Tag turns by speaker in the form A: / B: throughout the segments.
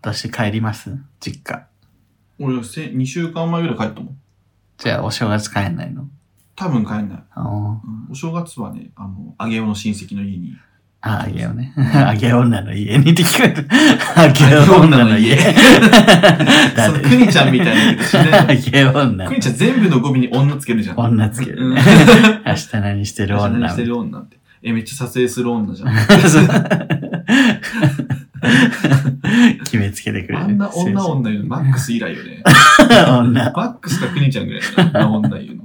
A: 私帰ります実家。
B: 俺、せ2週間前ぐらい帰ったもん。
A: じゃあお正月帰んないの
B: 多分帰んない。
A: あ
B: うん、お正月はね、あの、あげおの親戚の家に。
A: あ、あげようね。 あげ女の家にって聞こ えた。あげ女の家。
B: その、くにちゃんみたいな言い方しない
A: あげ女
B: くにちゃん全部の語尾に女つけるじゃん。
A: 女つけるね
B: うん。
A: 明日何してる
B: 何
A: 女
B: してる女って。え、めっちゃ撮影する女じゃん。
A: 決めつけてくれる。
B: あんな女
A: 女。
B: 女言うの、マックス以来よね。
A: 女。
B: マックスかくにちゃんぐらいだねあんな女言うの。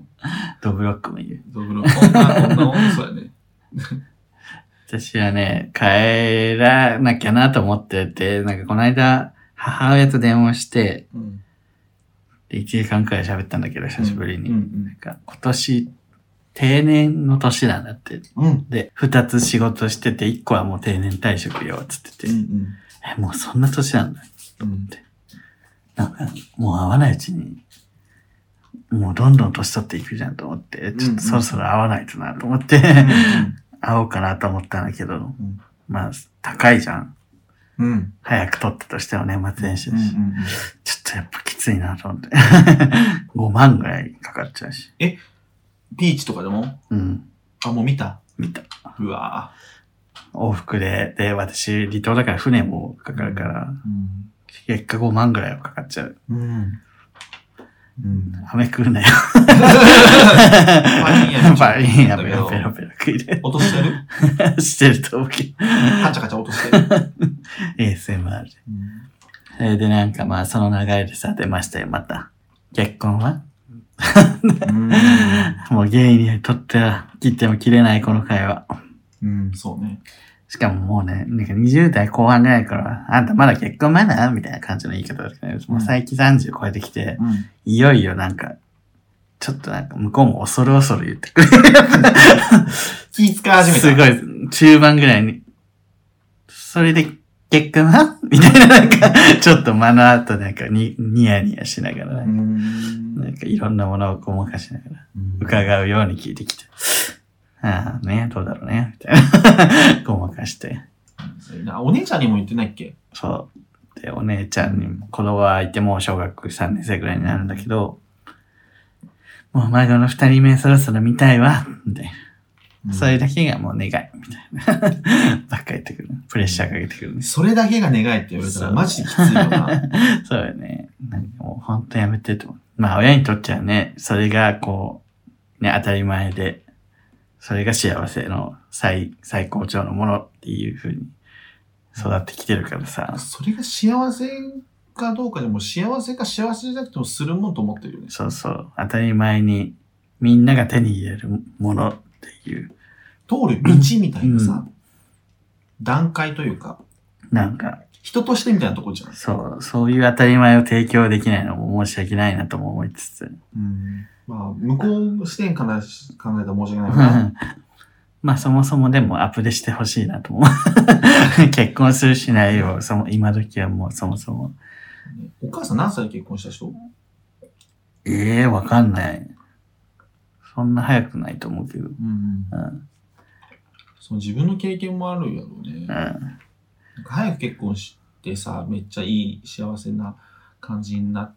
A: ドブロックもいる。
B: ドブロ女、女、女、そうやね。
A: 私はね、帰らなきゃなと思ってて、なんかこの間、母親と電話して、
B: うん。
A: で1時間くらい喋ったんだけど、久しぶりに。
B: う
A: なん
B: ん。
A: か今年、定年の年なんだって。
B: うん。うん。
A: で、二つ仕事してて、一個はもう定年退職よ、つってて。
B: うん。
A: え、もうそんな年なんだ。
B: うん。
A: なんか、もう会わないうちに、もうどんどん年取っていくじゃんと思って、ちょっとそろそろ会わないとなと思って、会おうかなと思ったんだけど、
B: ん
A: まあ、高いじゃん。
B: うん。うん。
A: 早く取ったとしても年末年始だし、ちょっとやっぱきついなと思って。5万ぐらいかかっちゃうし。
B: ピーチとかでも
A: うん。
B: あ、もう見た
A: 見た。
B: うわ
A: 往復で、で、私、離島だから船もかかるから、
B: ぁ。
A: 結果5万ぐらいはかかっちゃう。
B: うん。うん。
A: 雨食うなよ。
B: ンやめちゃう
A: パリンやめよ、ペロペロ食いで。
B: 落とし てる
A: してると思うけど。
B: カチャカチャ落としてる。
A: ASMR で。それでなんかまあその流れでさ、出ましたよ、また。結婚は
B: うん。
A: もうゲイにとっては切っても切れないこの会話。
B: うん、そうね。
A: しかももうね、なんか20代後半ぐらいから、あんたまだ結婚まだみたいな感じの言い方だったけど、もう最近30超えてきて、
B: うん。
A: いよいよなんか、ちょっとなんか向こうも恐る恐る言ってくる。
B: 気使い始めた。
A: すごい、中盤ぐらいに。それで、結婚は みたいな、なんか、ちょっと間の後なんかに、ニヤニヤしながらね、な
B: う。
A: んんかいろんなものをごまかしながら、伺うように聞いてきて。ああ、ね、どうだろうね、みたいな。 ごまかして。
B: あお姉ちゃんにも言ってないっけ
A: そう。で、お姉ちゃんにも子供がいてもう小学3年生ぐらいになるんだけど、もう孫の二人目そろそろ見たいわ、みたいな。それだけがもう願い、みたいな。 ばっか言ってくる。プレッシャーかけてくるね。
B: それだけが願いって言われた
A: そ
B: ら
A: う
B: マジできついよな。
A: そうよね。なんかもうほんとやめてと思う。まあ親にとってはね、それがこう、ね、当たり前で、それが幸せの最、最高潮のものっていう風に育ってきてるからさ。
B: それが幸せかどうかでも幸せか幸せじゃなくてもするもんと思ってるよね。
A: そうそう。当たり前にみんなが手に入れるものっていう、
B: 通る道みたいな
A: う
B: さ、段階というか、
A: なんか、
B: 人としてみたいなとこじゃない
A: そう、そういう当たり前を提供できないのも申し訳ないなとも思いつつ。
B: まあ、向こう視点からし考えたら申し訳ないから。
A: まあそもそもでもアップデしてほしいなと思う。 結婚するしないよ。そも今時はもうそもそも。
B: お母さん何歳で結婚した人
A: ええわかんない。そんな早くないと思うけど。
B: うん
A: うん。
B: その自分の経験もあるやろうね。
A: う
B: なん
A: ん。
B: か早く結婚してさ、めっちゃいい幸せな感じになっ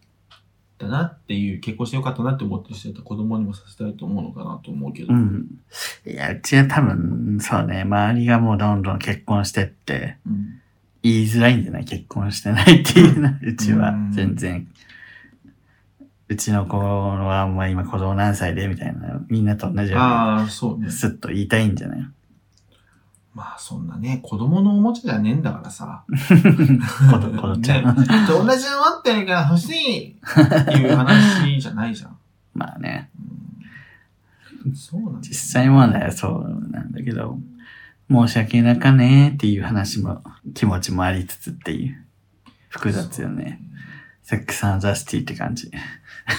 B: たなっていう、結婚してよかったなって思ってる人だったら子供にもさせたいと思うのかなと思うけど。
A: う。ん。いや、うちは多分、そうね、周りがもうどんどん結婚してって、
B: うん。
A: 言いづらいんじゃない結婚してないっていうな、うちは
B: うん。
A: 全然。うちの子は、まあ今子供何歳でみたいな、みんなと同じよ
B: ああ、そう
A: う
B: ね
A: に、。すっと言いたいんじゃない
B: まあそんなね、子供のおもちゃじゃねえんだからさ。
A: 子供子供ちゃん。
B: ね同じの持ってるから欲しいっていう話じゃないじゃん。
A: まあね、
B: うんそうなんだよね
A: 実際問題はそうなんだけど、申し訳なかねっていう話も、気持ちもありつつっていう。複雑よね。。セックスアンドザシティって感じ。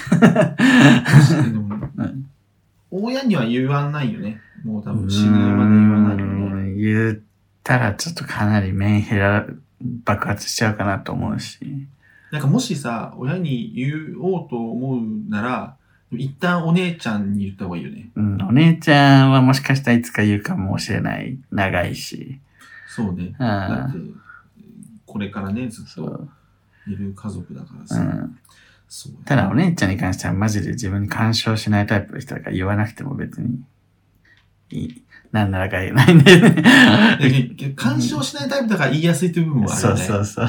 B: そう確かにでも
A: うん
B: 親には言わないよね。もう多分死ぬまで言わないよ
A: う
B: ね。
A: ん言ったらちょっとかなりメンヘラ爆発しちゃうかなと思うし。
B: なんかもしさ、親に言おうと思うなら、一旦お姉ちゃんに言った方がいいよね。
A: うん、お姉ちゃんはもしかしたらいつか言うかもしれない。長いし。
B: そうね。
A: う
B: だって
A: ん。、
B: これからね、ずっ
A: そ
B: と
A: う。
B: いる家族だから
A: う
B: さ。
A: ん。
B: そう
A: ただお
B: ね。
A: 姉ちゃんに関してはマジで自分に干渉しないタイプの人だから言わなくても別にいい。なんならか言えないんだよね。
B: で干渉しないタイプだから言いやすいという部分はある
A: そ
B: よ
A: う
B: ね。
A: そうそう。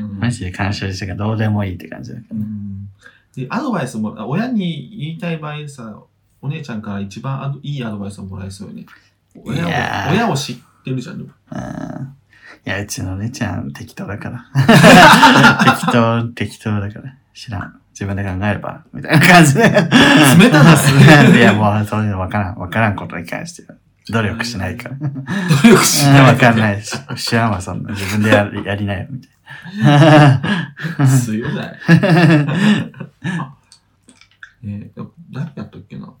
B: うん
A: マジで干渉してからどうでもいいって感じだか
B: うんで、アドバイスも、あ親に言いたい場合さ、お姉ちゃんから一番アドいいアドバイスをもらえそうよね。親を
A: いやー
B: 親を知ってるじゃん。
A: ら。うん。いや、うちのお姉ちゃん適当だから。適当、適当だから。知らん。自分で考えれば、みたいな感じで。冷
B: たな
A: いや、もう、そういうの分からん、分からんことに関しては。努力しないから。
B: 努力しない。
A: 分かんないし、知らんわ、そんな。自分でやるやりなよ、みたいな。
B: 強いじゃない。えー、誰やったっけな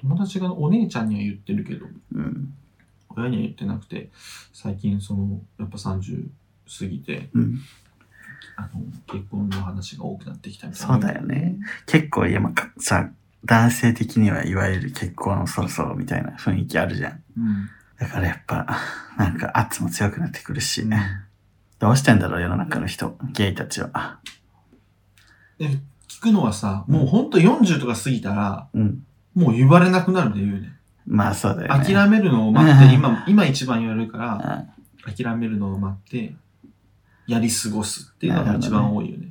B: 友達がお姉ちゃんには言ってるけど、
A: うん
B: 親には言ってなくて、最近その、やっぱ30過ぎて、
A: うん
B: あの、結婚の話が多くなってきたみたいな。
A: そうだよね。結構今かさ、男性的にはいわゆる結婚そろそろみたいな雰囲気あるじゃん。
B: うん。
A: だからやっぱ、なんか圧も強くなってくるし、
B: うん
A: どうしてんだろう世の中の人、ゲイたちは。
B: 聞くのはさ、もうほんと40とか過ぎたら、
A: うん。
B: もう言われなくなるって言うよね。
A: まあそうだよね。
B: 諦めるのを待って、
A: うん
B: 今、今一番言われるか
A: あ
B: ら、諦めるのを待って、やり過ごすっていうのが一番多いよね。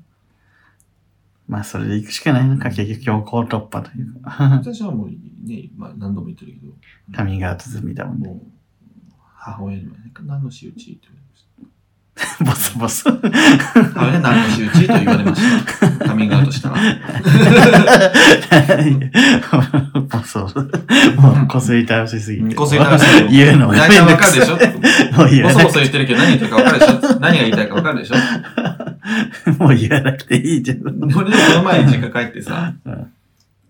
A: まあそれで行くしかないのか、結局強行突破というか。
B: 私はもうね、まあ、何度も言ってるけど、
A: カミングアウト済みだ もんね。
B: もう母親にはね何の仕打ちって言われまし
A: ボソボソ。
B: た。母親には何の仕打ちと言われ ました。カミングアウトしたら。
A: ボソボソ。もうこすり倒しすぎて。
B: こすり倒しすぎて
A: 言うのが
B: 大
A: め
B: 体
A: んど
B: わ
A: く
B: かる
A: さい
B: でしょ
A: もう言
B: ボ
A: わ
B: ソ
A: な
B: ボ
A: く
B: ソ言ってるけど何言ってるかわかるでしょ何が言いたいかわかるでしょ
A: もう言わなくていいじゃん。
B: 俺でもこの前実家帰ってさ
A: うん、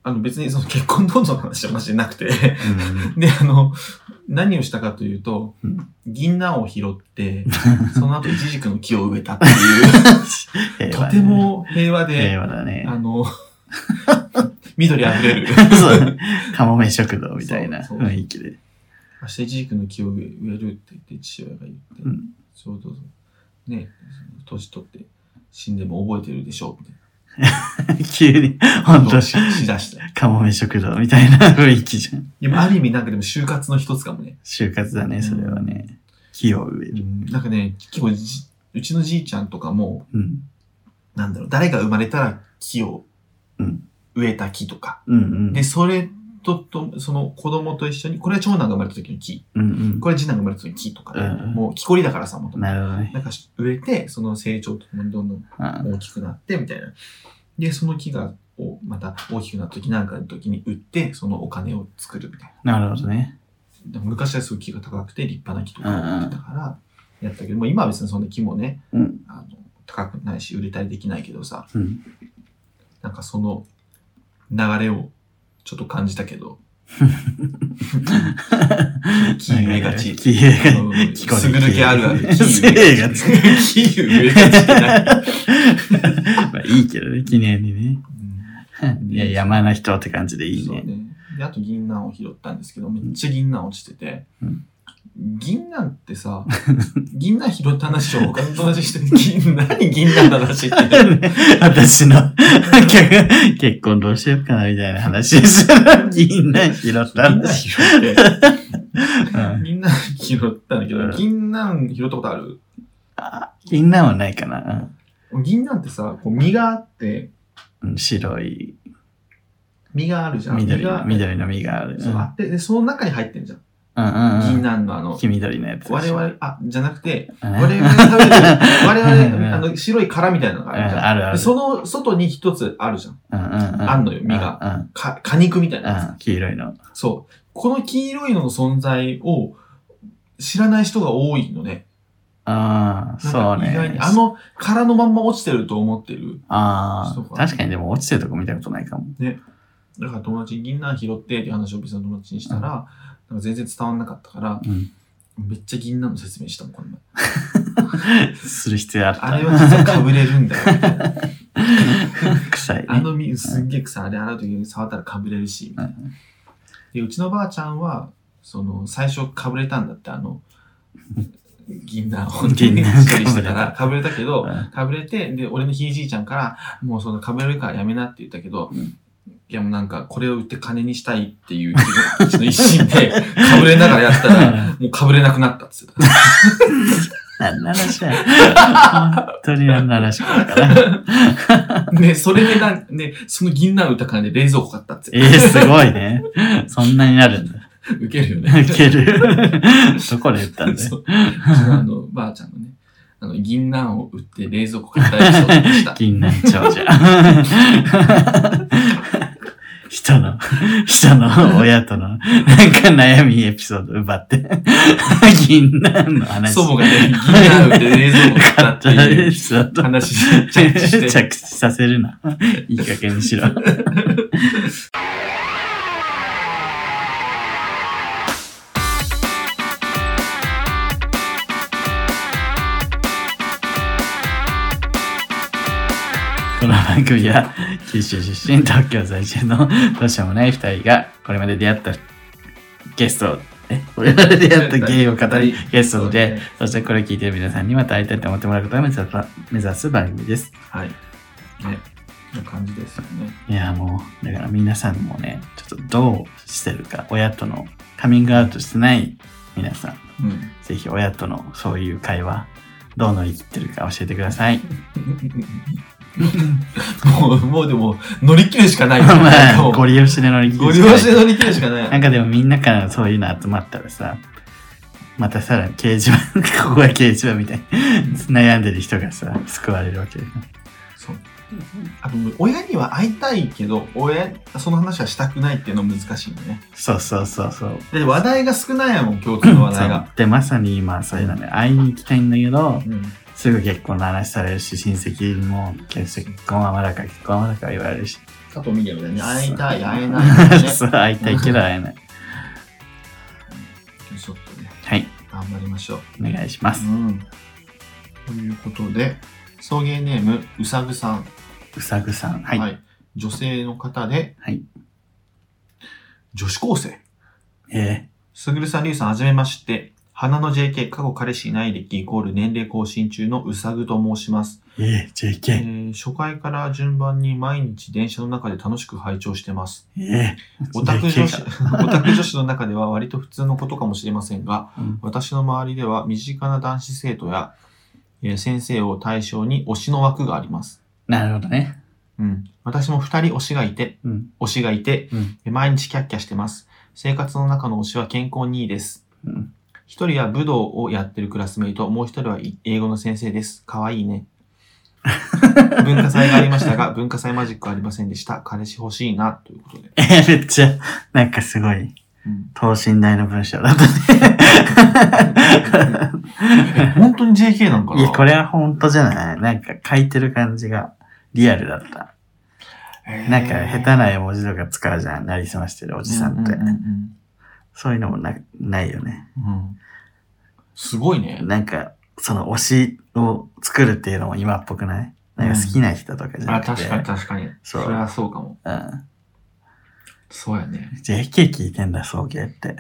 B: あの別にその結婚どうぞの話はマジでなくて。 で、あの、何をしたかというと
A: うん、
B: 銀杏を拾 って、その後イチジクの木を植えたってい
A: 平
B: う、と
A: 和だね
B: ても平和で
A: 平、和だね
B: あ。の、 緑あふれる。
A: そうだね。かもめ食堂みたいな
B: そうそう
A: 雰囲気で。
B: 明日イチジクの木を植えるって言って父親が言って、
A: うん
B: ちょうどね、年取って死んでも覚えてるでしょうみたいな。
A: 急に、本当
B: とししだした。
A: かもめ食堂みたいな雰囲気じゃん。
B: でもある意味なんかでも就活の一つかもね。
A: 就活だね、それはね。木を植える。
B: なんかね、結構じうちのじいちゃんとかも、
A: うん。
B: なんだろう、誰が生まれたら木を
A: うん
B: 植えた木とか。
A: うんうん。
B: で、それとと、その子供と一緒に、これは長男が生まれた時の木、
A: うん
B: これは次男が生まれた時の木とかね、
A: うん
B: もう木こりだからさ、もと
A: う
B: も
A: ん。
B: と
A: なるほどね。
B: なんか植えて、その成長とともにどんどん
A: あ
B: 大きくなってみたいな。で、その木がをまた大きくなった時なんかの時に売って、そのお金を作るみたい
A: なるほどね。
B: な。でも昔はすごい木が高くて立派な木とか売ってたから、やったけど、もう今は別にそんな木もね、
A: うん
B: あの高くないし売れたりできないけどさ、
A: うん。
B: なんかその流れをちょっと感じたけど、木植えがち。
A: 木植え
B: あ
A: が
B: の
A: 木こり
B: すぐ抜けあるある。 木植
A: せ
B: え
A: い
B: が
A: が
B: ち
A: ち。
B: 木植えがちってない。
A: まあいいけどね、記念にね。
B: うん
A: いや、山の人って感じでいい
B: そう
A: ね。
B: であと銀杏を拾ったんですけどめっちゃ銀杏落ちてて、
A: うん
B: 銀杏ってさ 銀杏拾った話を他の友達に して銀何銀杏の話って
A: 私の 結結婚どうしようかなみたいな話です。銀杏拾った
B: 銀杏
A: 話。
B: 拾って
A: うん
B: 銀杏拾ったんだけど、
A: うん
B: 銀杏拾ったことある
A: 銀杏はないかな。
B: 銀杏ってさこう実があって
A: うん、白い
B: 実があるじゃん
A: 緑
B: 実が
A: の緑の実がある。
B: そうあってでその中に入ってんじゃん、
A: うんうんう
B: 銀
A: ん。
B: 杏のあの
A: 黄緑のやつでしょ。
B: 我々あじゃなくて
A: うん
B: 我々が食 べる我々あの白い殻みたいなのがあ
A: うん
B: るじゃん
A: あるあ
B: で
A: る。
B: その外に一つあるじゃん。
A: うんうんうん。
B: あんのよ、実が。
A: が。
B: か、果肉みたいな
A: う
B: や
A: んうん。黄色いの。
B: つ。そう。この黄色いのの存在を知らない人が多いのね。
A: ああ、
B: なん
A: そう
B: か意
A: ね
B: 外に。あの殻のまんま落ちてると思ってる。
A: あ
B: そうか
A: あ、確かにでも落ちてるとこ見たことないかも。
B: だから友達に銀杏拾ってっていう話を別の友達にしたら、なんか全然伝わんなかったから、
A: うん。
B: めっちゃ銀杏の説明したもん、この前。
A: する必要あった。
B: あれは実はかぶれるんだよ。みたいな
A: 臭いね。
B: あの実、すっげえ草、あれ洗うときに触ったらかぶれるし、みたいな。 で、うちのばあちゃんは、その、最初かぶれたんだって、あの、銀杏をね、
A: 銀杏
B: しっかりしてから、かぶれたけど
A: う、ん
B: かぶれて、で、俺のひいじいちゃんから、もうそのかぶれるからやめなって言ったけど、
A: うん
B: いやもうなんか、これを売って金にしたいっていう、うちの一心で、かぶれながらやった ら、もうかぶれなくなったっつってた。
A: なんならしや。本当になんならしかったから。
B: ね、それでなん、ね、その銀杏売った金で冷蔵庫買ったっつって
A: ええすごい ね。そんなになるんだ。
B: た。ウケるよね。
A: いける。どこで言ったんだ
B: そ
A: よ。
B: う。うちのあの、ばあちゃんのね、あの、銀杏を売って冷蔵庫買ったエピソードでした。
A: 銀杏長者。人の、人の親との、なんか悩みエピソード奪 って、銀杏の話。
B: 祖母がね、銀杏売って冷蔵庫買った
A: 買っ
B: っ
A: てた
B: い
A: エ
B: う
A: ピソード。
B: 話に着地して。
A: 着地させる な。いい加減にしろ。この番組は九州出身東京在住のどうしようもない二人がこれまで出会ったゲストをえこれまで出会った芸を語りゲストでそしてこれを聞いてる皆さんにまた会いたいと思ってもらうことを目指す目指す番組です
B: はい。ね。こんな感じですよね。
A: いやもうだから皆さんもねちょっとどうしてるか親とのカミングアウトしてない皆さん
B: うん。
A: ぜひ親とのそういう会話どう乗り切ってるか教えてください
B: もう、もうでも、乗り切るしかな い。
A: ま
B: も
A: あ
B: う
A: ご利用してね乗り切
B: ご
A: る
B: 利
A: しか
B: 用
A: ない
B: して乗り切るしかな。
A: ないんかでもみんなからそういうの集まったらさ、またさらに掲示板、 ここが掲示板みたいな 悩んでる人がさ、救われるわけだよ
B: そう。あと、親には会いたいけど、親、その話はしたくないっていうの難しいんだね。
A: そうそうそうそう。
B: で、話題が少ないやもん、共通の話題が。
A: そうで、まさに今そういうのね、会いに行きたいんだけど、
B: うん。
A: すぐ結婚の話されるし、親戚も結婚はまだか結婚はまだか言われるし。
B: 佐藤みげみたいに会いたい、会えない、ね。ち
A: そう、会いたいけど会えない。
B: ょっとね、
A: はい、
B: 頑張りましょう。
A: お願いします。
B: うん。ということで、送迎ネーム、うさぐさん。
A: うさぐさん。はい。はい。
B: 女性の方で、女子高生。
A: え
B: すぐるさん、りゅうさん、はじめまして。花の JK、過去彼氏いない歴イコール年齢更新中のうさぐと申します、
A: ー、えー、
B: え
A: JK。
B: ー初回から順番に毎日電車の中で楽しく拝聴してます。
A: えー、
B: オタク女
A: JK
B: 子
A: か、
B: オタク女子の 中では割と普通のことかもしれませんが、
A: うん
B: 私の周りでは身近な男子生徒や、えー先生を対象に推しの枠があります。
A: なるほどね。
B: うん。私も二人推しがいて、
A: うん。
B: 推しがいて、
A: うん
B: え毎日キャッキャしてます。生活の中の推しは健康にいいです。
A: うん
B: 一人は武道をやってるクラスメイト、もう一人はい英語の先生です。かわいいね。 文化祭がありましたが、文化祭マジックはありませんでした。彼氏欲しいな、ということで。
A: えー、めっちゃ、なんかすごい、
B: うん
A: 等身大の文章だったね。
B: え本当に JK なんかない
A: や、これは本当じゃないなんか書いてる感じがリアルだった。なんか下手な絵文字とか使うじゃん。なりすましてるお
B: お
A: じさんって。
B: うんうんうん
A: そういうのもなないよね。
B: うんすごいね。
A: なんか、その推しを作るっていうのも今っぽくないなんか好きな人とかじゃ
B: あ、
A: なく
B: 確
A: て。
B: かに確かに。
A: そう
B: それはそうかも。
A: うん。
B: そうやね。
A: JK 聞いてんだ、送迎って。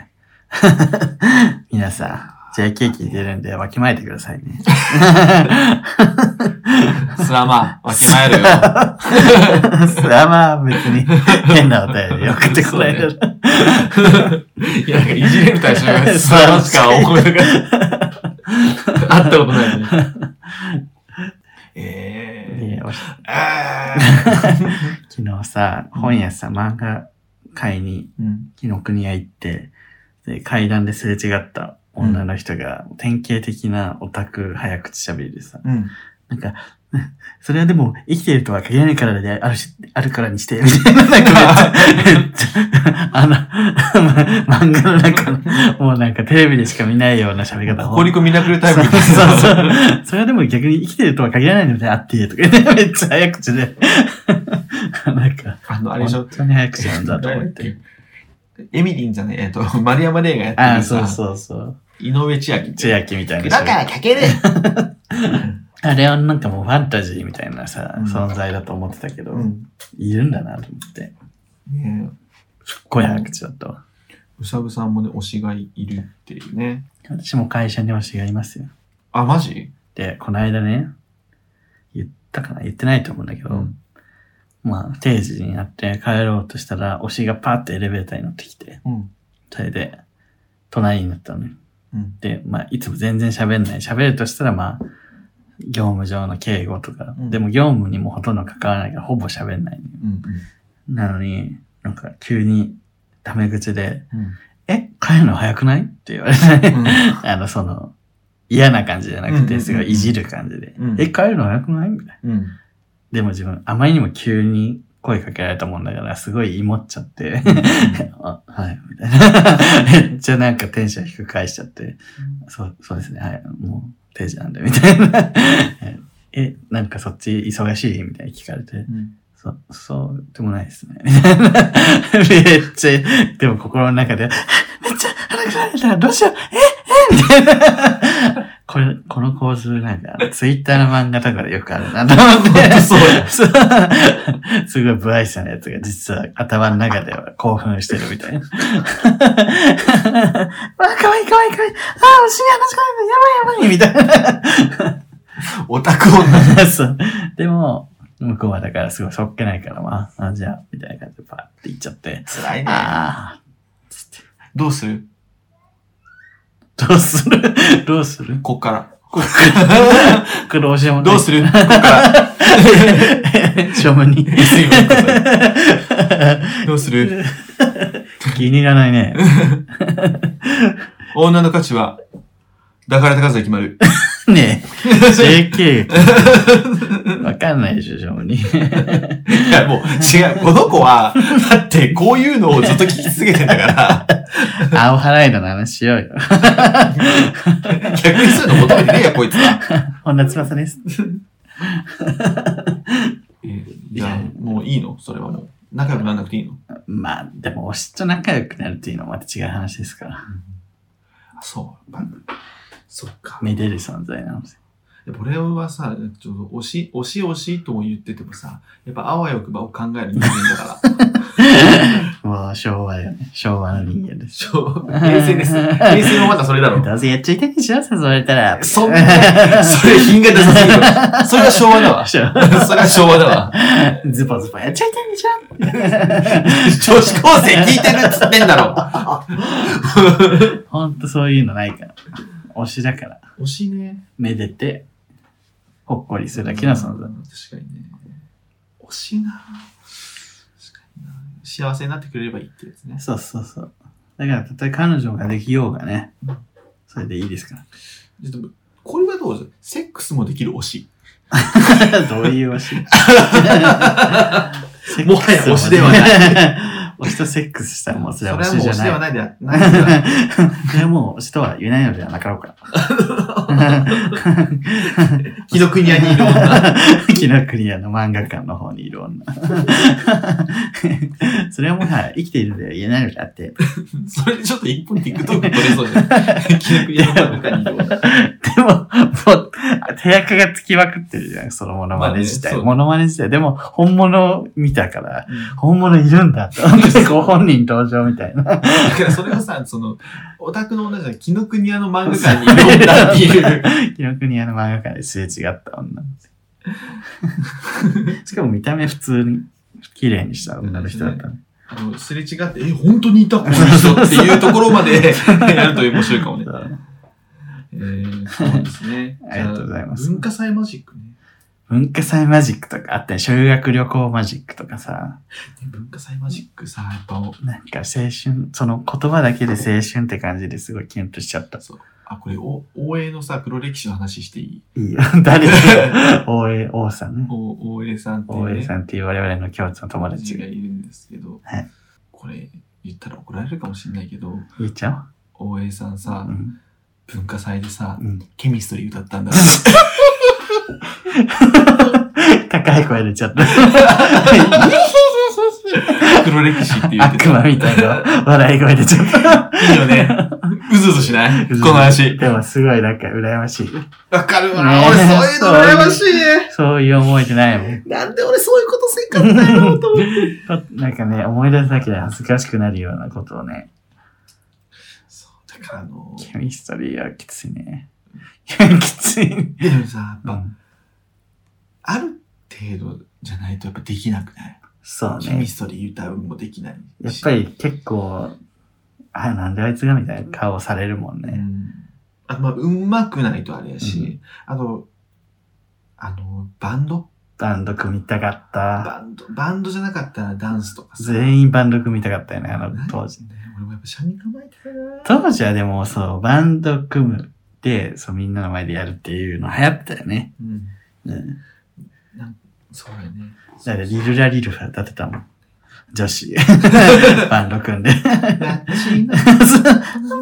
A: 皆さん、JK 聞いてるんで、わきまえてくださいね。
B: それはまあ、 わきま えるよ。
A: それはまあ別に変なお便り送ってこないだろ。
B: いや、なんかいじれる対象が 素晴らしか思いながら。会ったことないね。え
A: でおし
B: ー。あ
A: 昨日さ、本屋さ、漫画買いに、
B: ーうん。
A: 紀ノ国屋行って、で階段ですれ違った女の人が、典型的なオタク早口喋りでさ、
B: うん。
A: なんか、 それはでも生きてるとは限らないからであるし、あるからにして、みたいな、なんかめっちゃ、めっちゃ、 あの、ま漫画の中の、もうなんかテレビでしか見ないような喋り方。
B: 放り込みなくるタイプ
A: そう
B: みたいな
A: そうそう。それはでも逆に生きてるとは限らないのであって、とか言って、め っちゃ早口で。 なんか、
B: あの、あれでしょ
A: 本。当に早口なんだと思って。
B: エミリンじゃない、えっと、丸山礼がやって
A: ああ、
B: る
A: そう
B: さ、
A: そうそう。
B: 井上千秋って
A: 千秋みたいな
B: だからかける
A: あれはなんかもうファンタジーみたいなさ、
B: うん
A: 存在だと思ってたけど、
B: うん。
A: いるんだなと思って。
B: ねえ
A: すっごい早口だったわ。
B: うさぶさんもね、推しがいるっていうね。
A: 私も会社に推しがいますよ。
B: あ、マジ
A: で、この間ね、言ったかな言ってないと思うんだけど、
B: うん
A: まあ、定時になって帰ろうとしたら、推しがパーってエレベーターに乗ってきて、
B: うん。
A: それで、隣になったのね。
B: うん。
A: で、まあ、いつも全然喋んない。喋るとしたら、まあ、業務上の敬語とか、
B: うん
A: でも業務にもほとんど関わらないから、ほぼ喋んないのよ、
B: うん。
A: なのに、なんか急に、タメ口で、
B: うん。
A: え、帰るの早くないって言われて、
B: うん
A: あの、その、嫌な感じじゃなく
B: うんうんうんう
A: て、
B: ん
A: すごいいじる感じで、
B: うん
A: え、帰るの早くないみたいな。
B: うん。
A: でも自分、あまりにも急に声かけられたもんだから、すごい芋っちゃって、 あ、はい、みたいな。めっ ちゃなんかテンション低く返しちゃって、そう、そうですね、はい、もう定時なんで、みた いな。え、なんかそっち忙しいみたいに聞かれて、
B: うん。
A: そ、そうでもないですね。みたいな。 めっちゃ、でも心の中で、 めっちゃ腹くられた、どうしよう、ええみたいな。これ、この構図なんか、ツイッターの漫画とかでよくあるなと思って
B: ほんとそう や。
A: そうすごい不愛想なやつが実は頭の中では興奮してるみ たいな。あ、かわいいかわいいかわいい。あ、お尻話しかないやばいやばいみたいな。
B: オタク女。
A: そう。でも、向こうはだからすごいそっけないから、まあ、あじゃあ、みたいな感じでパーって行っちゃって、
B: 辛いね。
A: あ
B: どうする
A: あ、どうする どうする
B: こっから。
A: 苦労しようもない
B: どうするこっから。
A: 庶務に。
B: すいませんごめんどうする
A: 気に入らないね。
B: 女の価値は、抱かれた数で決まる。
A: ねえ、JK。わかんないでしょ、庶務に。
B: いや、もう違う。この子は、だってこういうのをずっと聞き続けてんだから、
A: 青払いの話しようよ。
B: 逆にそういうの求めてねえや、こいつは。
A: 本田翼です。
B: いや、もういいのそれはもう。仲良くなんなくていいの
A: まあ、でも、推しと仲良くなるっていうのはまた違う話ですから。
B: あそう。やっぱそっか。
A: めでる存在なんですよ。
B: で俺はさ、ちょっと推し、推し推しとも言っててもさ、やっぱあわよくばを考える人間だから。
A: もう、昭和よね。昭和の人間です。
B: そう平成 です。平成もまたそれだろ。
A: どうせやっちゃいたいでしょ誘われたら。
B: そんな、それ品が出さすぎるわ。それは昭和だわ。 そ
A: 昭和
B: れは昭和だわ。
A: ズボズボやっちゃいたいでしょ
B: 女 子高生聞いてるっつってんだろ。
A: ほんとそういうのないから。推しだから。
B: 推しね。
A: めでて、ほっこりするだけの存在。
B: 確かにね。推しな確かにな幸せになってくれればいいってやつね。
A: そうそうそう。だから、たとえ彼女ができようがね、それでいいですか
B: ちょっとこれはどうじゃセックスもできる推し。
A: ら。 どういう推 しセックス。
B: もはや推しではない
A: 推しとセックスしたらもうそ
B: そ
A: れ
B: れは
A: は
B: もう
A: 推しじ
B: 推
A: ゃ
B: し
A: ない
B: で。はないで、ないでは ない。
A: それはもう推しとは言えないのではなかろうか。
B: 紀ノ国屋にいる 女。
A: 紀ノ国屋の漫画館の方にいる女。 それはもはや生きているのでは言えないのであって。
B: それでちょっと一本 TikTok 撮れそうじゃん。紀ノ国屋の中にいる女。
A: でも、もう、手役がつきまくってるじゃん、そのモノマネ自体。
B: まあねそう
A: モノマネ自体。でも、本物を見たから、本物いるんだと。ご本人登場みたいな。
B: だからそれはさ、その、オタクの女じゃなくて紀ノ国屋の漫画館にいる女って いう。
A: 記録にあの漫画館ですれ違った 女。しかも見た目普通に、綺麗にした女の人だったね。
B: あの、すれ違って、え、本当にいたこの人っていうところ までやると面白いかもね。
A: そう
B: えー、そうですね
A: 。ありがとうございます
B: じゃあ文化祭マジックね。
A: 文化祭マジックとかあったり、修学旅行マジックとかさ、
B: 文化祭マジックさ、やっぱ、
A: なんか青春、その言葉だけで青春って感じですごいキュンとしちゃった。
B: あ、これ、お、OA のさ、黒歴史の話していい
A: いいよ。誰だよ。 大江王さんね。
B: お ?OA さんっていう、
A: 大江
B: ね、
A: さんっていう我々の共通の友
B: 友
A: 達
B: 達が
A: が
B: いるんですけど、
A: はい
B: これ、言ったら怒られるかもしれないけど、
A: 言っちゃ
B: OA さん
A: お
B: さ
A: う、うん。
B: 文化祭でさ
A: う、ん。
B: ケミストリー歌ったんだ。
A: 高い声出ちゃった。
B: 黒歴史って言って
A: 悪魔みたいな笑い声出ちゃった。
B: いいよね。うずうずしないこの話。
A: でもすごいなんか羨ましい。
B: わかるわ。
A: ね
B: 俺そういうの羨ましいね。
A: そういう思いじゃないもん。
B: なんで俺そういうことせんかったんやろうと思って。
A: なんかね、思い出すだけで恥ずかしくなるようなことをね、
B: そう、だからあの、
A: ケミストリーはきついね。 いや、きついね。
B: でもさ、やっ
A: う
B: ぱ、
A: ん
B: ある程度じゃないとやっぱできなくない
A: そう
B: ケミ
A: ね。
B: ストリー歌うもできないし。
A: やっぱり結構、あ、なんであいつがみたいな顔されるもん
B: う
A: ね。
B: ん。あとまあ、うまくないとあれやし、
A: うん
B: あと、あの、バンド
A: バンド組みたかった。
B: バンド、バンドじゃなかったらダンスとかさ。
A: 全員バンド組みたかったよね、あの当時。
B: ね、俺もやっぱシャミ構えてたな。
A: 当時はでもそう、バンド組むで、そう、みんなの前でやるっていうの流行ったよね。
B: うん。
A: うん。
B: そうやね。
A: だってリルラリルファ歌ってたもん。女 子。バンド組んで。
B: ラッチーな
A: そう
B: マ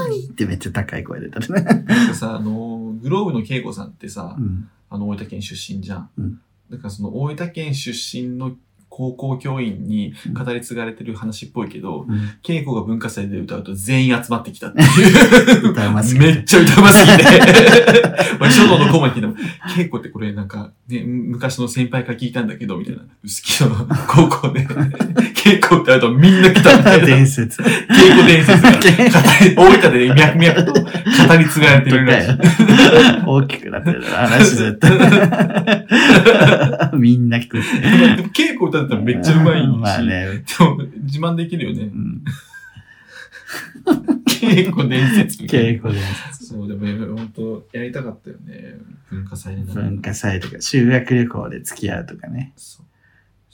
B: マ に
A: ってめっちゃ高い声出たね。
B: なんかさ、あの、グローブの恵子さんってさ
A: う、ん。
B: あの、大分県出身じゃん。
A: うん
B: だからその大分県出身の高校教員に語り継がれてる話っぽいけど、
A: うん
B: 恵子が文化祭で歌うと全員集まってきたっ ていう。
A: 歌うますぎ。
B: めってちゃ歌うますぎて。 俺、書道の顧問に聞いたもん恵子ってこれなんか、ね、昔の先輩から聞いたんだけど、みたいな。薄木の高校で、 恵子って会うとみんな来たみたいな。
A: 伝説。
B: 稽古 伝説が語り、大分で脈々と語り継がれてるらしい。
A: 大きくなってるな話絶対。 みんな来てる。
B: でも稽古歌ってたらめっちゃうまいし、
A: まあね。
B: でも自慢できるよね
A: う。ん。
B: 稽古伝説みた い
A: 稽
B: な。
A: 古で
B: そう、でも本当やりたかったよね。文化祭でな
A: 文化祭とか、修学旅行で付き合うとかね。
B: そう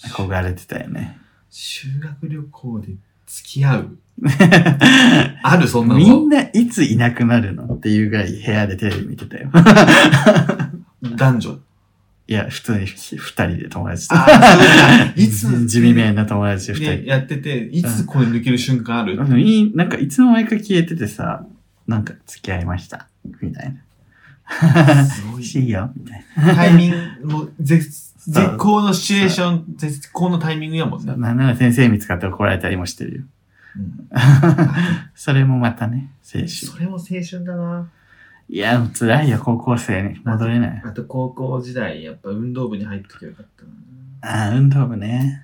A: 憧れてたよ ね。
B: 修学旅行で付き合う。あるそんなの。
A: みんないついなくなるのっていうぐらい部屋でテレビ見てたよ。
B: 男女。
A: いや、普通に二人で友達と。
B: ああ、いつ、
A: 地味めな友達二
B: ね
A: 人。
B: やってて、いつこれ抜ける瞬間ある
A: あのいいなんかいつの間にか消えててさ、なんか付き合いました。みたいな。
B: すご
A: 美
B: い
A: 味しいよ。みたい
B: タイミングも 絶絶好のシチュエーション、絶好のタイミングやもんね
A: な。。なんなら先生見つかって怒られたりもしてるよ。
B: うん
A: それもまたね、青春。
B: それも青春だな。
A: いや、もう辛いよ、高校生に戻れない。
B: あと高校時代、やっぱ運動部に入ってきゃよかったな。
A: ああ、運動部ね。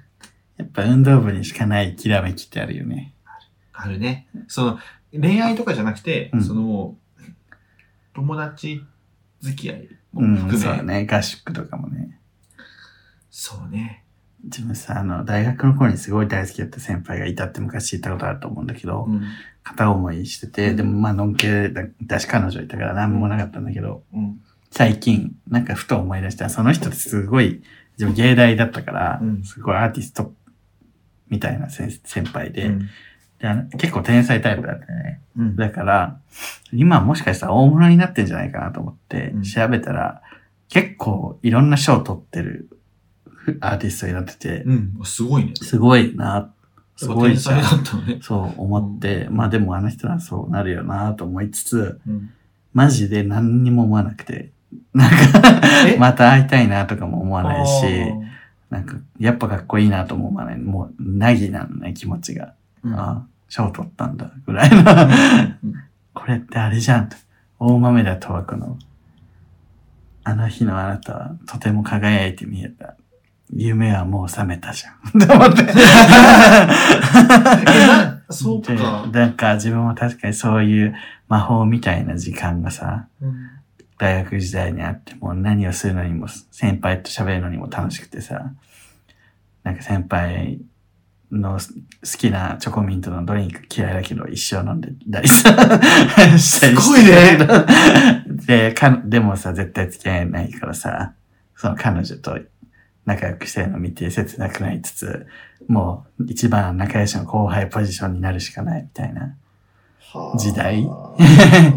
A: やっぱ運動部にしかないきらめきってあるよね。
B: あるね。その、恋愛とかじゃなくて、
A: うん
B: そのもう、友達付き合いも
A: うん、
B: 含
A: そう
B: め、
A: だね。合宿とかもね。
B: そうね。
A: 自分さ、あの、大学の頃にすごい大好きだった先輩がいたって昔言ったことあると思うんだけど、
B: うん。
A: 片思いしてて、
B: うん
A: でもまあ、のんけだだし彼女いたから何もなかったんだけど、
B: うん。
A: 最近、なんかふと思い出した、その人ってすごい、自分芸大だったから、
B: うん
A: すごいアーティストみたいな先先輩で、
B: うん
A: であの結構天才タイプだったよね。
B: うん。
A: だから、今もしかしたら大物になってんじゃないかなと思って
B: うん
A: 調べたら、結構いろんな賞を取ってるアーティストになってて、
B: うん。すごいね。
A: すごいな、すごい
B: 天
A: じゃ
B: 才だ
A: ん。
B: ったのね。
A: そう思って、まあでもあの人はそうなるよなと思いつつ、
B: うん。
A: マジで何にも思わなくて、なんか
B: え
A: また会いたいなとかも思わない
B: あ
A: し
B: ー、
A: なんかやっぱかっこいいなとも思わない。もう、なぎなのね、気持ちが。
B: うん
A: ああ、賞取ったんだ、ぐらいの。
B: うん
A: これってあれじゃんと。大豆だとわこの。あの日のあなたはとても輝いて見えた。夢はもう覚めたじゃん。 と思って。
B: えなそう
A: で
B: か。
A: なんか自分も確かにそういう魔法みたいな時間がさ、
B: うん
A: 大学時代にあって、もう何をするのにも、先輩と喋るのにも楽しくてさ、なんか先輩の好きなチョコミントのドリンク嫌いだけど一生飲んでたりさ、したりして
B: すごいね
A: で、かん、でもさ、絶対付き合えないからさ、その彼女と仲良くしてるの見て切なくなりつつ、もう一番仲良しの後輩ポジションになるしかないみたいな、時代
B: は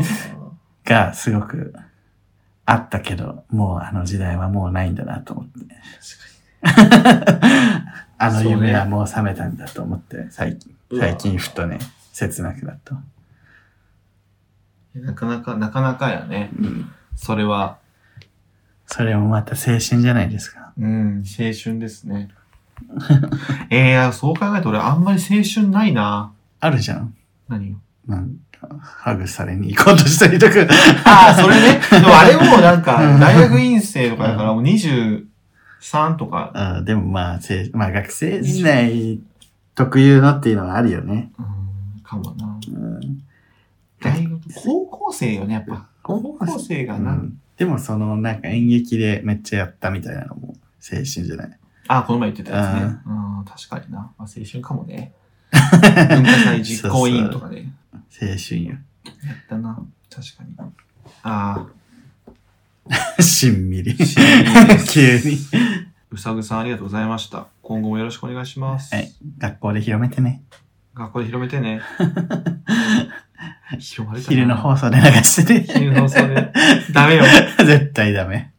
A: がすごくあったけど、もうあの時代はもうないんだなと思って。 あの夢はもう覚めたんだと思って、最近、
B: あ
A: 最近ふとね、切なくなった。
B: なかなか、なかなかやね。
A: うん。
B: それは、
A: それもまた青春じゃないですか。
B: うん、青春ですね。 えー、そう考えると俺あんまり青春ないな。
A: あるじゃん。
B: 何よ。
A: なんか、ハグされに行こうとしたりと か。
B: ああ、それね。 でもあれもなんか、大学院生とかだからもう23とか、
A: あでもまあ、せいまあ学生時代特有のっていうのはあるよね。
B: うん、かもな。
A: うん、
B: 大学、高校生よね、やっぱ。
A: 高
B: 高校生が
A: う
B: な、
A: ん、でもそのなんか演劇でめっちゃやったみたいなのも青春じゃない
B: あ、この前言ってたやつね。うん、確かにな。まあ、青春かもね。文化祭実行委員と かね。
A: 青春よ
B: やったな。確かに。あ
A: しんみり
B: あ、シーンで す
A: 急に
B: うさぐさんありがとうございました。今後もよろしくお願いします。
A: はい学校で広めてね
B: 学校で広め てね。広まるかな
A: 昼の放送で流してね
B: 昼の放 送で。ダメよ。
A: 絶対ダメ。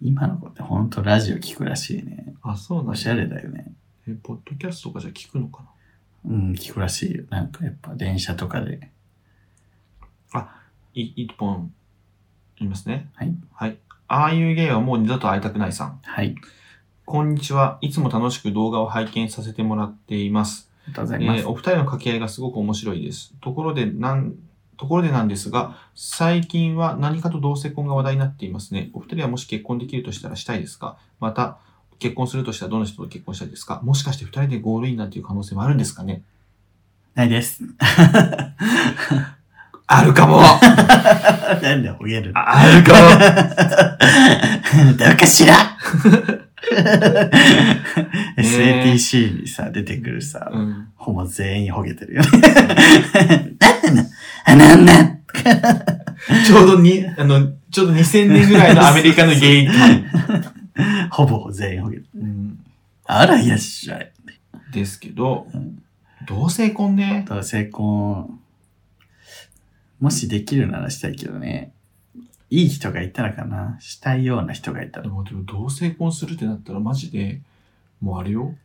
A: 今の子ってほんとラジオ聞くらしいね。
B: あ、そうなん
A: お
B: だ
A: しゃれだよね。
B: え、ポッドキャストとかじゃ聞くのかな
A: うん、聞くらしいよ。なんかやっぱ電車とかで。
B: い、一本、言いますね。
A: はい。
B: はい。ああいうゲイはもう二度と会いたくないさん。
A: はい。あり
B: こんにちは。いつも楽しく動画を拝見させてもらっています。
A: がとうご
B: え
A: ざいます。
B: ーお二人の掛け合いがすごく面白いです。ところで、なん、ところでなんですが、最近は何かと同性婚が話題になっていますね。お二人はもし結婚できるとしたらしたいですかまた、結婚するとしたらどの人と結婚したいですかもしかして二人でゴールインなんていう可能性もあるんですかね
A: ないです。
B: あるかも あ
A: なんでおげ るの
B: るかも
A: どうかし ら ?SATC にさ、出てくるさ、
B: うん。
A: ほぼ全員ほげてるよね。なんでな、あなんなん
B: ちょうどに、あの、ちょうど2000年ぐらいのアメリカのゲイ。
A: ほぼ全員ほげる。
B: うん
A: あら、いらっしゃい。
B: ですけど
A: うん、
B: 同性婚ね。
A: 同性婚、もしできるならしたいけどね。いい人がいたらかな。したいような人がいた
B: で
A: ら。
B: も、でも同性婚するってなったら、マジで、もうあれよ。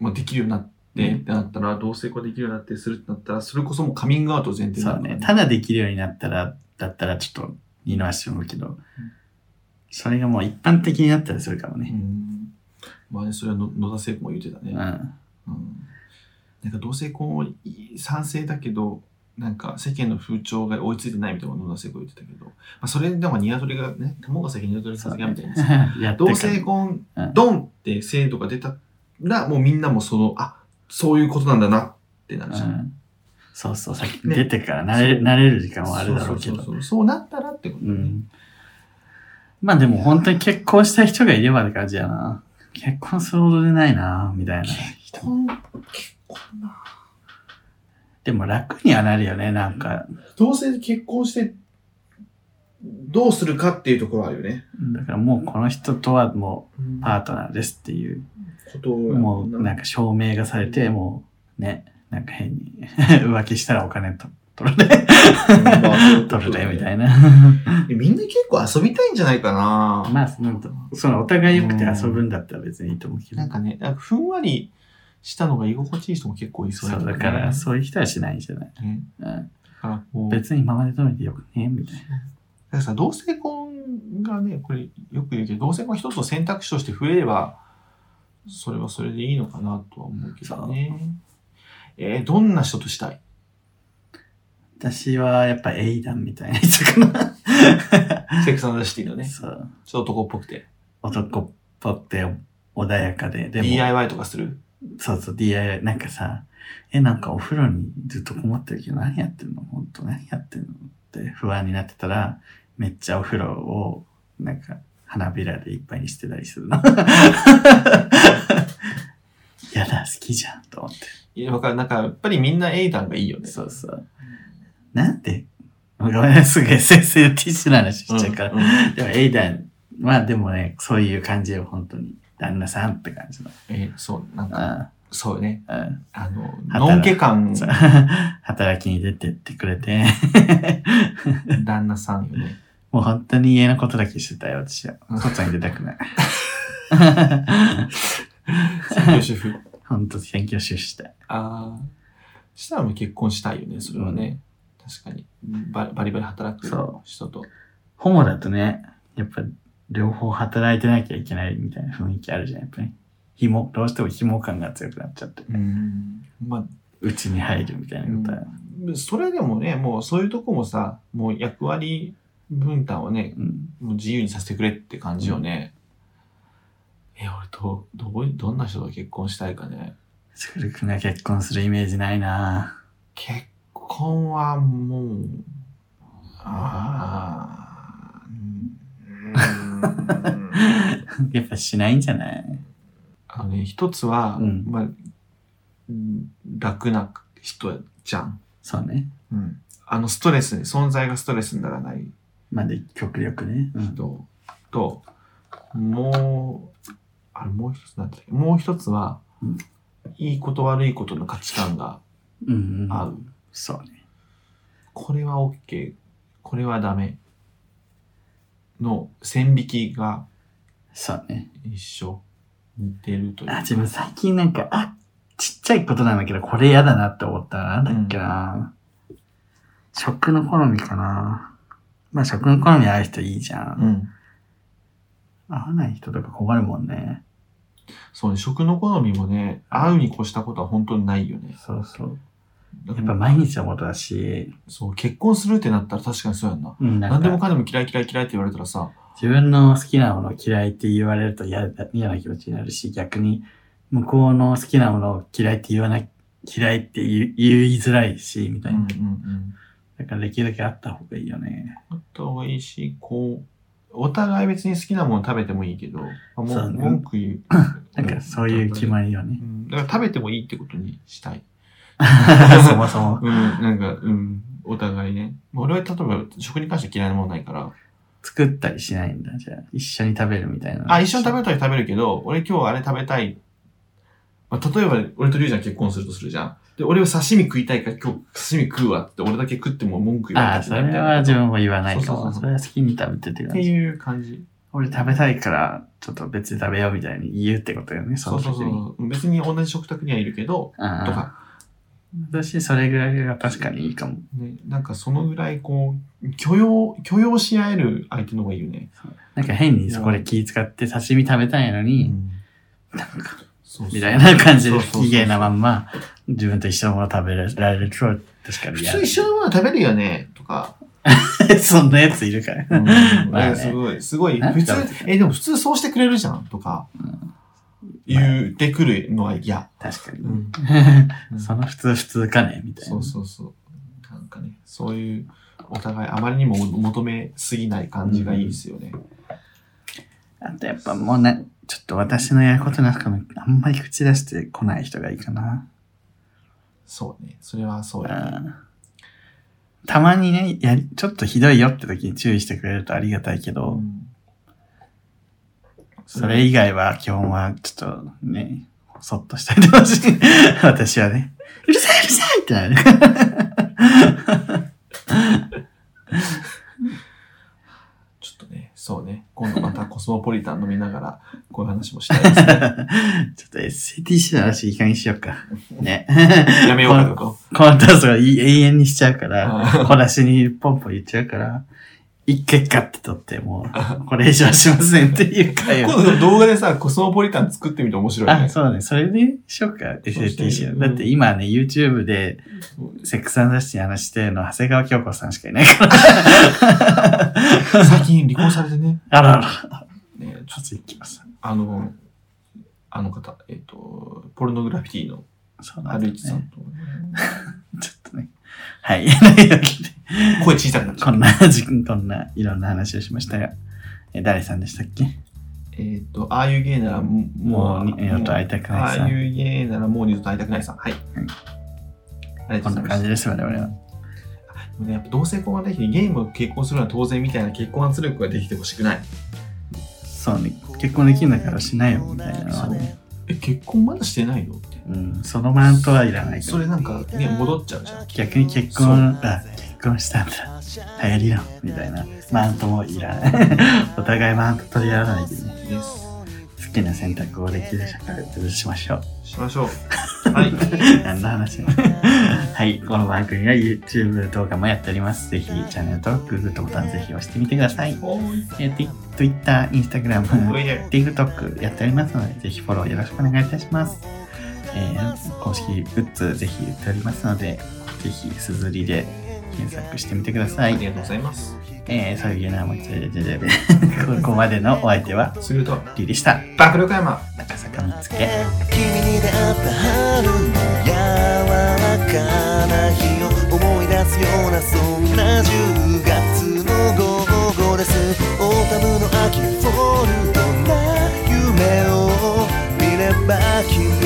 B: まあ、できるようになって、ってなったら、同性婚できるようになってするってなったら、それこそもうカミングアウト前提
A: そ
B: だ
A: う
B: から
A: ね。ただできるようになったら、だったらちょっと二の足を向くけど、それがもう一般的になったらするかも
B: う
A: ね。
B: ん。まあね、それはの野田聖子も言ってた
A: う
B: ね。
A: ん。
B: うんなんか同性婚をい賛成だけど、なんか世間の風潮が追いついてないみたいなのを野田聖子言ってたけど、まあ、それでもニワトリがね、卵が先にニワトリ
A: そう
B: 授
A: ね
B: けみたいなさ。
A: やって
B: 同
A: か
B: 性婚
A: うん
B: ドンって制度が出たらもうみんなもそのあそういうことなんだなってなる
A: う
B: じゃん、
A: ん。そうそう、さっき
B: ね
A: 出てから慣れ,、
B: そう
A: 慣れる時間はあるだろうけ
B: そ
A: ど
B: そ。そうそうなったらってこと
A: う
B: ね、
A: ん。まあでも本当に結婚した人がいればって感じやな。結婚するほどでないな、みたいな人も
B: 婚結婚な
A: でも楽にはなるよね、なんか。
B: 同性で結婚してどうするかっていうところあるよね、
A: だからもうこの人とはもうパートナーですっていう、
B: ことを
A: もうなんか証明がされて、もうね、なんか変に 浮気したらお金と取るね、 取るね、みたい
B: な
A: な。
B: みんな結構遊びたいんじゃないかな、
A: まあ、そのそのお互い良くて遊ぶんだったら別にいいと思うけど
B: なん。かねなんかふんわりしたのが居心地いい人も結構いそう
A: そう
B: けどね
A: だから、そういう人はしないんじゃない、う
B: ね
A: ん、
B: だからこう
A: 別に今まで通りでよくねみたいな。
B: だからさ同性婚がねこれよく言うけど同性婚が一つの選択肢として増えればそれはそれでいいのかなとは思うけどねえー、どんな人としたい
A: 私はやっぱエイダンみたいな人かな。
B: セックスアンドシティのね
A: そう。
B: ちょっと男っぽくて
A: 男っぽくて穏やかで、でも
B: DIY とかする
A: そうそう、DIY、なんかさ、え、なんかお風呂にずっとこもってるけど何やってんの本当何やってんのって不安になってたら、めっちゃお風呂を、なんか、花びらでいっぱいにしてたりするの。 やだ、好きじゃん、と思って。
B: いやわかるなんかやっぱりみんなエイダンがいいよね
A: そうそう。なんでごめんね、すぐ SSTC の話しちゃうから。
B: んん
A: でも、エイダン、まあでもね、そういう感じよ、本当に。旦那さんって感じの。
B: えーそうなんか
A: あ
B: そうね
A: あ、うん。
B: あの
A: 働
B: のんけ感
A: そう 働きに出てってくれて、
B: 旦那さんよね
A: もう本当に家のことだけしてたよ、私は。外に出たくない。
B: 専業主婦
A: 本当選挙集したい。
B: ああ。したらもう結婚したいよね、それはね。確かに。ババリバリ働く
A: そ
B: 人と。
A: ホモだとね、やっぱ両方働いてなきゃいけないみたいな雰囲気あるじゃん、やっぱり。紐、どうしても紐感が強くなっちゃって、
B: うん。まあ、
A: うちに入るみたいなことは。
B: それでもね、もうそういうとこもさ、もう役割分担をね、
A: うん。
B: もう自由にさせてくれって感じよね。え、俺と、どうい、どんな人と結婚したいかね。
A: スクル君が結婚するイメージないな
B: 結婚はもう、ああ。うーん
A: やっぱしないんじゃない
B: あのね、一つは、
A: うん
B: まあ、うん楽な人じゃん。
A: そうね。
B: うん。あの、ストレスに、存在がストレスにならない
A: まあで、極力ね。うん。
B: 人と、もう、あれ、もう一つなんだっけもう一つは
A: うん、
B: いいこと悪いことの価値観が
A: うん、うん。
B: 合う。
A: そうね。
B: これは OK、これはダメの線引きが
A: そうね。
B: 一緒。似てるという
A: あ、自分最近なんか、あ、ちっちゃいことなんだけど、これ嫌だなって思ったら、なんだっけな、食の好みかな。まあ食の好み合う人いいじゃん。
B: う
A: 合
B: ん。
A: わない人とか困るもんね。
B: そうね、食の好みもね、合うに越したことは本当にないよね。
A: そうそう。
B: だか
A: やっ
B: ら
A: ぱ毎日のことだし、
B: そう、結婚するってなったら確かにそうやんな。
A: うん、な
B: 何
A: ん
B: でも
A: か
B: かんでも嫌い嫌い嫌いって言われたらさ、
A: 自分の好きなものを嫌いって言われると嫌だ嫌な気持ちになるし、逆に向こうの好きなものを嫌いって言わない、嫌いって言う言いづらいし、みた
B: う
A: い
B: んう
A: な。
B: んうん。
A: だからできるだけあった方がいいよね。
B: あった方がいいし、こう、お互い別に好きなもの食べてもいいけど、あも
A: そう
B: う
A: ね
B: 文句言う。
A: なんかそういう決まりよ ね
B: う。んだから食べてもいいってことにしたい。
A: そもそも
B: うん、なんか、うん、お互いね。まあ俺は例えば食に関して嫌いなものないから、
A: 作ったりしないんだ、じゃあ。一緒に食べるみたいな。
B: あ、一緒に食べるとき食べるけど、俺今日あれ食べたい。まあ、例えば、俺とリュウちゃん結婚するとするじゃん。で、俺は刺身食いたいから今日刺身食うわって、俺だけ食っても文句言わ
A: あ
B: れ
A: あ、
B: て
A: それは自分も言わないか
B: そうそう
A: も。
B: そう
A: それは好きに食べてって
B: っ
A: 感
B: て
A: じ。
B: いう感じ。
A: 俺食べたいから、ちょっと別に食べようみたいに言うってことよね、そ
B: そ
A: の時
B: うそう
A: に。
B: そう。別に同じ食卓にはいるけど、と
A: ああ
B: か、
A: 私、それぐらいが確かにいいかも。
B: ね、なんかそのぐらいこう、許容、許容し合える相手の方がいいよね。
A: なんか変にそこで気使って刺身食べたいのに、なんか、
B: そうそう
A: みたいな感じで
B: そう
A: 不
B: そうそう
A: 機嫌なまんま、自分と一緒のもの食べられると確かに
B: 普
A: 嫌。
B: 通一緒のもの食べるよね、とか。
A: そんなやついるから。
B: うん
A: まあね
B: えすごい、すごい。
A: なん
B: 普通
A: だろう、
B: え、でも普通そうしてくれるじゃんとか、言ってくるのは嫌。
A: 確かに。
B: うん。
A: その普通普通かねみたいな。
B: そうそうそう。なんかね、そういう、お互いあまりにも求めすぎない感じがいいですよね。
A: あとやっぱもうね、ちょっと私のやることなんかもあんまり口出してこない人がいいかな。
B: そうね。それはそう
A: う
B: やね。
A: んたまにねやり、ちょっとひどいよって時に注意してくれるとありがたいけど、
B: うん
A: それ以外は基本はちょっとね、そっとしたいてほし い。私はね、うるさいうるさいって なる。
B: ちょっとね、そうね。今度またコスモポリタン飲みながら、こういう話もした いですね。
A: ちょっと SATC の話いい加減にしようか。ね。
B: やめようかとか。
A: コンタスがい永遠にしちゃうから、
B: あ
A: 小出しにポンポン言っちゃうから、一回ガッて取って、もう、これ以上はしませんっていう会
B: 今
A: を。
B: 度動画でさ、コスモポリタン作ってみて面白い
A: あ、
B: ね。
A: そうね。それでしようか、
B: そうして
A: SATC
B: うん
A: の。だって今ね、YouTube で、セックスアンダシティの話してるの、長谷川京子さんしかいないから。
B: 最近離婚されてね。
A: あらあら。
B: ねち
A: ちょ
B: ょ
A: っと行きます。
B: あの、あの方、えっ、と、ポルノグラフィティの
A: そうな
B: ア
A: んだ
B: ル
A: ね
B: イチさんと、
A: ちょっとね。はい。 というわけで
B: 声小さくなっちゃ
A: こ。
B: うん
A: な、じこんな、いろんな話をしましたが、え誰さんでしたっけ
B: えっ、と、ああいう芸ならもう、
A: もう二度と会いたくないさ
B: ああいう芸ならもう二度と会いたくないさん。はい。ありが
A: こと
B: う
A: な
B: んござ
A: い
B: ま
A: 感
B: す
A: じ。です、我々は。
B: でもねやっぱ同性婚ができて、ゲームを結婚するのは当然みたいな結婚圧力ができてほしくない。
A: そうね。結婚できるんだからしないよ、みたいなのはね。
B: え、結婚まだしてないのって。
A: うん、そのマントはいらないけ
B: そ
A: ど
B: れなんかね、戻っちゃうじゃん。
A: 逆に結婚あ結婚したんだ流行りのみたいなマウントもいらない お互いマウント取り合わないでね
B: です。
A: 好きな選択をできる社会を崩しましょう
B: しましょ う。はい。
A: 何の話はいこの番組は YouTube 動画もやっておりますぜひチャンネル登録グッドボタンぜひ押してみてください
B: おー
A: えー Tik- Twitter、
B: い。お
A: Instagram、
B: いで。
A: TikTok やっておりますので、ぜひフォローよろしくお願いいたします。えー公式グッズぜひ売っておりますので、ぜひすずりで検索してみてくださ
B: あ
A: い
B: り。がとうございます。
A: えー、そういうのはもうちょいちょいちょいここまでのお相手は、
B: すると、
A: リリした
B: 爆力山。
A: 中坂みつ
C: 君
A: け。
C: に出会った春の柔らかな日を思い出すようなそんな10月タムの秋フォルトな夢を見れば君